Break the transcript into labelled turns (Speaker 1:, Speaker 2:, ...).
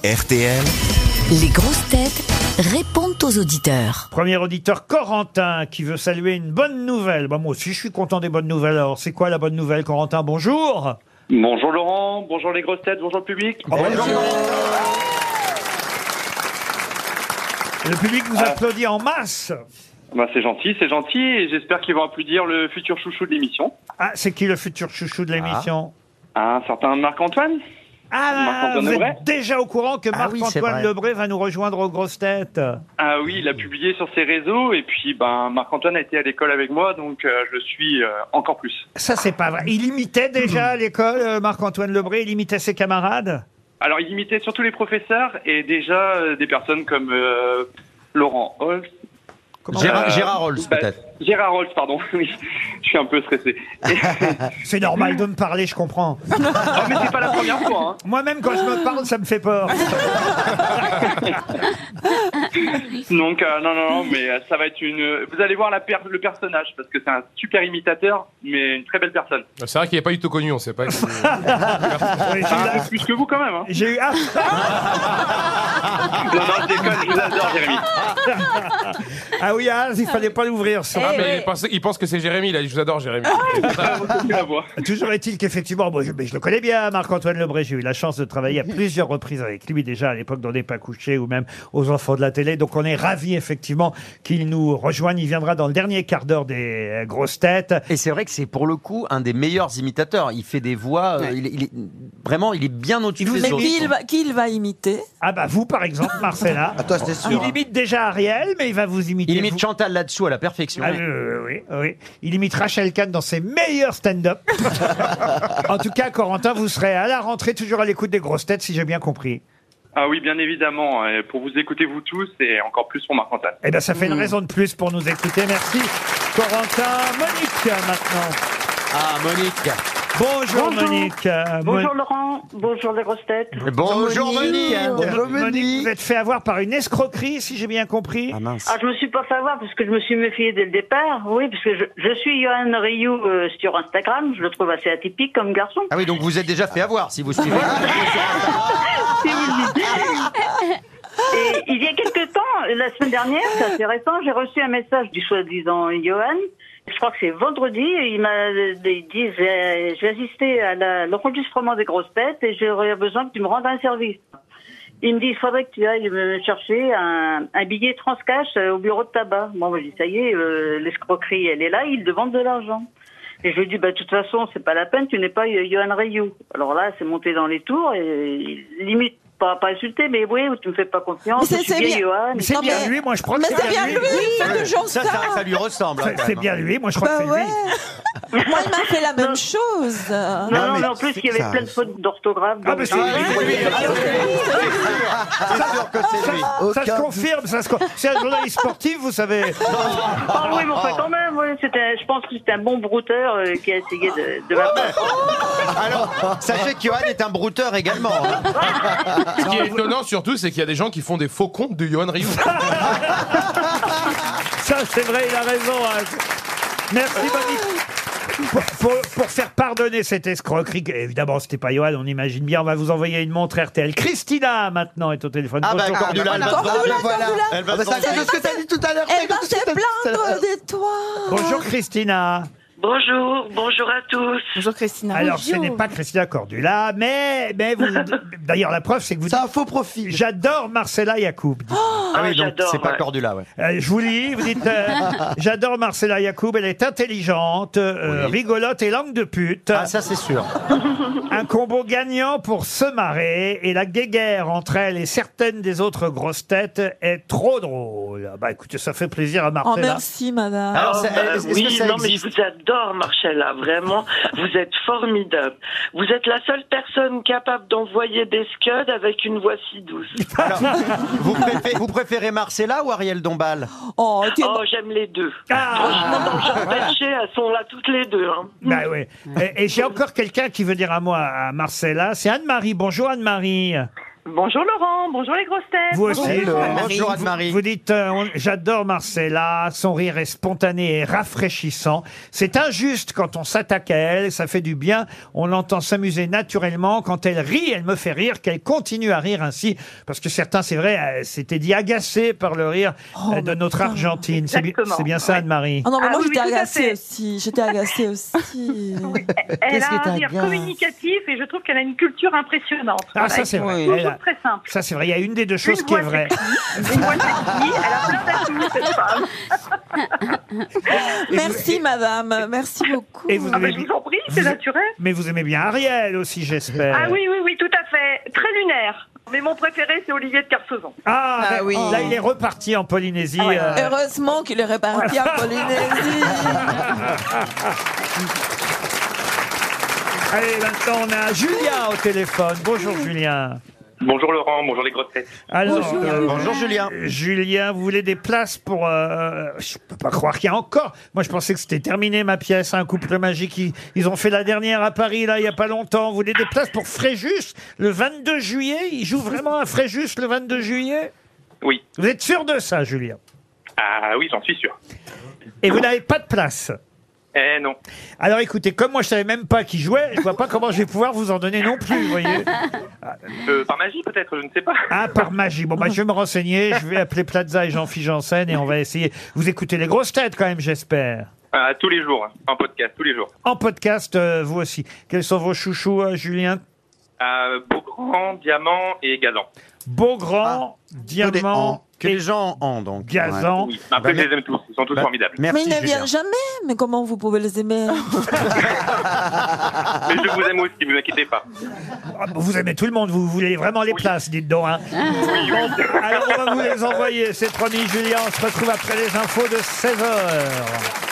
Speaker 1: RTL.
Speaker 2: Les grosses têtes répondent aux auditeurs.
Speaker 3: Premier auditeur Corentin qui veut saluer une bonne nouvelle. Bah, moi aussi, je suis content des bonnes nouvelles. Alors, c'est quoi la bonne nouvelle, Corentin Bonjour.
Speaker 4: Oh,
Speaker 5: Bonjour Laurent, bonjour les grosses têtes, bonjour le public.
Speaker 3: Oh. Le public
Speaker 4: Euh.
Speaker 3: vous applaudit en masse.
Speaker 5: Bah, c'est gentil, c'est gentil et j'espère qu'ils vont applaudir le futur chouchou de l'émission.
Speaker 3: Ah, c'est qui le futur chouchou de
Speaker 4: Ah.
Speaker 3: l'émission
Speaker 5: Un certain Marc-Antoine
Speaker 3: Ah, là,
Speaker 5: Marc-Antoine
Speaker 3: vous
Speaker 5: Lebray
Speaker 3: êtes déjà au courant que
Speaker 4: Ah oui, c'est
Speaker 3: Marc-Antoine
Speaker 4: vrai.
Speaker 3: Lebré va nous rejoindre aux grosses têtes.
Speaker 5: Ah oui, il a publié sur ses réseaux et puis ben Marc-Antoine a été à l'école avec moi donc euh, je le suis euh, encore plus.
Speaker 3: Ça, c'est pas vrai. Il imitait déjà à l'école, euh, Marc-Antoine Lebré, il imitait ses camarades.
Speaker 5: Alors il imitait surtout les professeurs et déjà euh, des personnes comme euh, Laurent Holtz.
Speaker 4: Gérard,
Speaker 5: Euh,
Speaker 4: Gérard Rolls,
Speaker 5: bah,
Speaker 4: peut-être.
Speaker 5: Gérard Holtz, pardon. Oui, je suis un peu stressé. Et-
Speaker 3: C'est normal de me parler, je comprends.
Speaker 5: oh, mais c'est pas la première fois. Hein.
Speaker 3: Moi-même, quand je me parle, ça me fait peur.
Speaker 5: Donc euh, non non non mais euh, ça va être une vous allez voir la per- le personnage parce que c'est un super imitateur mais une très belle personne.
Speaker 6: C'est vrai qu'il n'est pas du tout connu, on sait pas. qui-
Speaker 3: Oui, j'ai eu la-
Speaker 5: Plus que vous quand même hein.
Speaker 3: J'ai eu... Ah,
Speaker 5: Non non je déconne, je vous adore Jérémy.
Speaker 3: ah oui, ah, il fallait pas l'ouvrir. ça.
Speaker 6: Ah, mais il pense, il pense que c'est Jérémy, là. Je vous adore, Jérémy.
Speaker 5: C'est la voix.
Speaker 3: Toujours est-il qu'effectivement, moi, je, mais je le connais bien, Marc-Antoine Lebré. J'ai eu la chance de travailler à plusieurs reprises avec lui, déjà à l'époque dans Des Pas Couchés ou même aux Enfants de la Télé. Donc on est ravis, effectivement, qu'il nous rejoigne. Il viendra dans le dernier quart d'heure des euh, grosses têtes.
Speaker 4: Et c'est vrai que c'est pour le coup un des meilleurs imitateurs. Il fait des voix, euh, il, est- il est- vraiment, il est bien au-dessus
Speaker 3: Il vous
Speaker 4: des
Speaker 7: Mais
Speaker 4: autres.
Speaker 7: qui il, va, qui il va imiter
Speaker 3: Ah bah, vous, par exemple, Marcella.
Speaker 4: Ah, toi, c'est sûr,
Speaker 3: Il
Speaker 4: hein.
Speaker 3: imite déjà Ariel, mais il va vous imiter.
Speaker 4: Il imite
Speaker 3: vous.
Speaker 4: Chantal là-dessous à la perfection.
Speaker 3: Ah, oui, oui, oui, oui. Il imite Rachel Kahn dans ses meilleurs stand-up. en tout cas, Corentin, vous serez à la rentrée toujours à l'écoute des grosses têtes, si j'ai bien compris.
Speaker 5: Ah oui bien évidemment euh, pour vous écouter vous tous et encore plus pour Marc Antoine.
Speaker 3: Eh bien, ça fait une raison de plus pour nous écouter. Merci, Corentin. Monique, maintenant.
Speaker 4: Ah, Monique.
Speaker 3: Bonjour,
Speaker 8: Bonjour.
Speaker 3: Monique. Euh,
Speaker 8: Bonjour
Speaker 3: Mon-
Speaker 8: Laurent, bonjour les grosses têtes.
Speaker 4: Bonjour Monique.
Speaker 3: Monique, vous êtes fait avoir par une escroquerie, si j'ai bien compris.
Speaker 4: Ah mince.
Speaker 8: Ah, je me suis pas fait avoir parce que je me suis méfiée dès le départ. Oui, parce que je, je suis Johan Rioux euh, sur Instagram. Je le trouve assez atypique comme garçon.
Speaker 4: Ah oui, donc vous êtes déjà fait avoir si vous suivez.
Speaker 8: si vous le dites. Et il y a quelque temps, la semaine dernière, c'est assez récent, j'ai reçu un message du soi-disant Johan. Je crois que c'est vendredi. et Il m'a euh, il dit euh, j'ai j'ai assisté à la- l'enregistrement des grosses têtes et j'aurais besoin que tu me rendes un service. Il me dit, il faudrait que tu ailles me chercher un, un billet transcash euh, au bureau de tabac. Moi, je dis, ça y est, euh, l'escroquerie, elle est là, il demande de l'argent. Et je lui dis, bah, de toute façon, c'est pas la peine, tu n'es pas euh, Johan Rayou. Alors là, c'est monté dans les tours et limite, pas, pas insulté, mais oui, tu me fais pas confiance,
Speaker 7: Mais
Speaker 8: je
Speaker 7: c'est-
Speaker 8: suis
Speaker 7: c'est
Speaker 8: bien
Speaker 7: bien.
Speaker 8: Johan.
Speaker 3: Mais c'est
Speaker 7: Non,
Speaker 3: bien
Speaker 7: mais-
Speaker 3: lui, moi je crois
Speaker 7: Mais
Speaker 3: que
Speaker 7: c'est bien lui, il fait toujours
Speaker 4: ça,
Speaker 7: ça.
Speaker 4: ça, ça lui ressemble. hein,
Speaker 3: C'est-
Speaker 4: quand
Speaker 3: C'est
Speaker 4: même.
Speaker 3: bien lui, moi je crois
Speaker 7: Bah
Speaker 3: que c'est
Speaker 7: ouais.
Speaker 3: lui.
Speaker 7: Moi, il m'a fait la même chose.
Speaker 8: Non, non, mais en plus, il y avait plein de fautes d'orthographe.
Speaker 3: Ah,
Speaker 8: donc-
Speaker 3: mais c'est
Speaker 4: Ah, oui, oui, oui, ah, oui, oui, C'est sûr, Ah, c'est sûr que c'est lui.
Speaker 3: Ça se confirme, ça se confirme. C'est un journaliste sportif, vous savez.
Speaker 8: Ah oui, mais enfin, quand même, oui, c'était- je pense que c'était un bon brouteur euh, qui a essayé de, de m'apprendre.
Speaker 4: Alors, sachez que Johan est un brouteur également. hein.
Speaker 6: Ce qui est étonnant, surtout, c'est qu'il y a des gens qui font des faux comptes de Johan Rioux.
Speaker 3: Ça, c'est vrai, il a raison. hein. Merci, Monique. Pour, pour- pour faire pardonner cette escroquerie, que- évidemment, c'était pas Johan, on imagine bien, on va vous envoyer une montre RTL. Christina, maintenant, est au téléphone.
Speaker 4: Ah bah,
Speaker 3: Bonjour,
Speaker 4: Cordula, elle va se
Speaker 7: Cordula,
Speaker 4: branler.
Speaker 7: Cordula.
Speaker 4: Elle
Speaker 3: Ah, bah,
Speaker 4: va se branler.
Speaker 7: Elle va se plaindre de toi.
Speaker 3: Bonjour, Christina.
Speaker 8: Bonjour, bonjour à tous.
Speaker 7: Ah, Bonjour Christina.
Speaker 3: Alors, ce n'est pas Christina Cordula, mais, mais vous, d'ailleurs, la preuve, c'est que vous. C'est un faux profil. J'adore Marcella Yacoub. dites.
Speaker 4: Ah oui, donc
Speaker 8: j'adore,
Speaker 4: c'est pas
Speaker 8: ouais.
Speaker 4: Cordula, ouais.
Speaker 3: Euh, je vous lis, vous dites euh, J'adore Marcella Yacoub, elle est intelligente, euh,
Speaker 4: Oui.
Speaker 3: rigolote et langue de pute.
Speaker 4: Ah, ça c'est sûr.
Speaker 3: Un combo gagnant pour se marrer et la guéguerre entre elle et certaines des autres grosses têtes est trop drôle. Bah écoutez, ça fait plaisir à
Speaker 7: Oh,
Speaker 3: Marcella.
Speaker 7: merci madame.
Speaker 4: Alors,
Speaker 9: Ah,
Speaker 4: ça-
Speaker 9: bah
Speaker 4: est-ce- est-ce
Speaker 9: oui,
Speaker 4: que ça
Speaker 9: non, mais je
Speaker 4: existe
Speaker 9: vous adore, Marcella. Vraiment, vous êtes formidable. Vous êtes la seule personne capable d'envoyer des scuds avec une voix si douce.
Speaker 4: Alors, vous, préfé- vous préférez Marcella ou Ariel Dombal
Speaker 7: Oh, tu es-
Speaker 9: Oh, j'aime les deux.
Speaker 3: Ah,
Speaker 9: Franchement, dans le genre perché, elles sont là toutes les deux. hein.
Speaker 3: bah oui. Et, et j'ai encore quelqu'un qui veut dire à moi, à Marcella, c'est Anne-Marie. Bonjour Anne-Marie.
Speaker 8: Bonjour Laurent, bonjour les grosses têtes.
Speaker 3: Vous aussi.
Speaker 4: Hello.
Speaker 3: Laurent.
Speaker 4: Bonjour Anne-Marie.
Speaker 3: Oh, Vous dites, euh, on- j'adore Marcella, son rire est spontané et rafraîchissant. C'est injuste quand on s'attaque à elle, ça fait du bien. On l'entend s'amuser naturellement. Quand elle rit, elle me fait rire, qu'elle continue à rire ainsi. Parce que certains, c'est vrai, euh, s'étaient dit agacés par le rire
Speaker 7: Oh,
Speaker 3: euh, de
Speaker 7: mais
Speaker 3: notre
Speaker 7: putain.
Speaker 3: Argentine. C'est bi-
Speaker 8: Exactement.
Speaker 3: c'est bien ça,
Speaker 8: Ouais.
Speaker 3: Anne-Marie.
Speaker 7: Ah non, mais
Speaker 8: Ah
Speaker 7: moi
Speaker 8: oui,
Speaker 7: j'étais
Speaker 8: oui, tout à fait.
Speaker 7: agacée aussi. J'étais agacée aussi.
Speaker 8: Elle
Speaker 4: Qu'est-ce que
Speaker 8: a
Speaker 4: t'as
Speaker 8: un rire
Speaker 4: bien
Speaker 8: communicatif et je trouve qu'elle a une culture impressionnante.
Speaker 3: Ah,
Speaker 8: Voilà,
Speaker 3: ça, c'est vrai.
Speaker 8: elle est
Speaker 3: Elle a-
Speaker 8: toujours très simple.
Speaker 3: Ça, c'est vrai. Il y a une des deux choses
Speaker 8: Une
Speaker 3: qui est
Speaker 8: voix
Speaker 3: vraie.
Speaker 8: sexy, Une voix sexy, elle a plein d'atouts, cette femme.
Speaker 7: Merci madame, merci beaucoup.
Speaker 3: Et vous
Speaker 8: Ah ben,
Speaker 3: avez-
Speaker 8: je vous en prie, c'est
Speaker 3: Vous- Euh.
Speaker 8: naturel.
Speaker 3: Mais vous aimez bien Ariel aussi, j'espère.
Speaker 8: Ah oui, oui, oui, tout à fait. Très lunaire. Mais mon préféré, c'est Olivier de Kersauzon.
Speaker 3: Ah,
Speaker 7: Ah
Speaker 3: ben,
Speaker 7: oui.
Speaker 3: Là, il est reparti en Polynésie.
Speaker 7: Ah
Speaker 3: euh,
Speaker 7: Heureusement qu'il est réparti en Polynésie.
Speaker 3: Allez, maintenant, on a Julien au téléphone. Bonjour, Julien.
Speaker 5: Bonjour Laurent, bonjour les grosses têtes.
Speaker 3: Alors,
Speaker 7: Bonjour,
Speaker 3: euh,
Speaker 4: Bonjour Julien.
Speaker 3: Julien, vous voulez des places pour... euh, je peux pas croire qu'il y a encore... Moi, je pensais que c'était terminé, ma pièce, un couple magique. Ils, ils ont fait la dernière à Paris, là, il y a pas longtemps. Vous voulez des places pour Fréjus, le 22 juillet Ils jouent vraiment à Fréjus, le 22 juillet
Speaker 5: Oui.
Speaker 3: Vous êtes sûr de ça, Julien
Speaker 5: Ah oui, j'en suis sûr.
Speaker 3: Et vous n'avez pas de place
Speaker 5: Eh non.
Speaker 3: Alors écoutez, comme moi je savais même pas qui jouait, je vois pas comment je vais pouvoir vous en donner non plus, vous voyez.
Speaker 5: Euh, par magie peut-être, je ne sais pas.
Speaker 3: Ah, par magie. Bon, bah, je vais me renseigner, je vais appeler Plaza et Jean-Philippe Janssen et on va essayer. Vous écoutez les grosses têtes quand même, j'espère.
Speaker 5: Ah, tous les jours, hein, en podcast, tous les jours.
Speaker 3: En podcast, euh, vous aussi. Quels sont vos chouchous, euh, Julien
Speaker 5: Ah, Beaugrand, Diamant et Gazan.
Speaker 3: Beaugrand,
Speaker 4: Ah, Que des
Speaker 3: Diamant,
Speaker 4: ans. Que les gens en ont, donc. Ouais.
Speaker 3: Gazan.
Speaker 5: Oui. Après,
Speaker 4: Bah,
Speaker 5: je les aime tous, ils sont tous
Speaker 4: Bah,
Speaker 5: formidables.
Speaker 7: Mais
Speaker 4: Merci
Speaker 7: ils ne
Speaker 4: Julien.
Speaker 7: viennent jamais. Mais comment vous pouvez les aimer
Speaker 5: Mais je vous aime aussi, vous inquiétez pas.
Speaker 3: Ah, vous aimez tout le monde, vous voulez vraiment les places, dites donc. hein. Bon, alors, on va vous les envoyer, c'est promis, Julien. On se retrouve après les infos de 16h.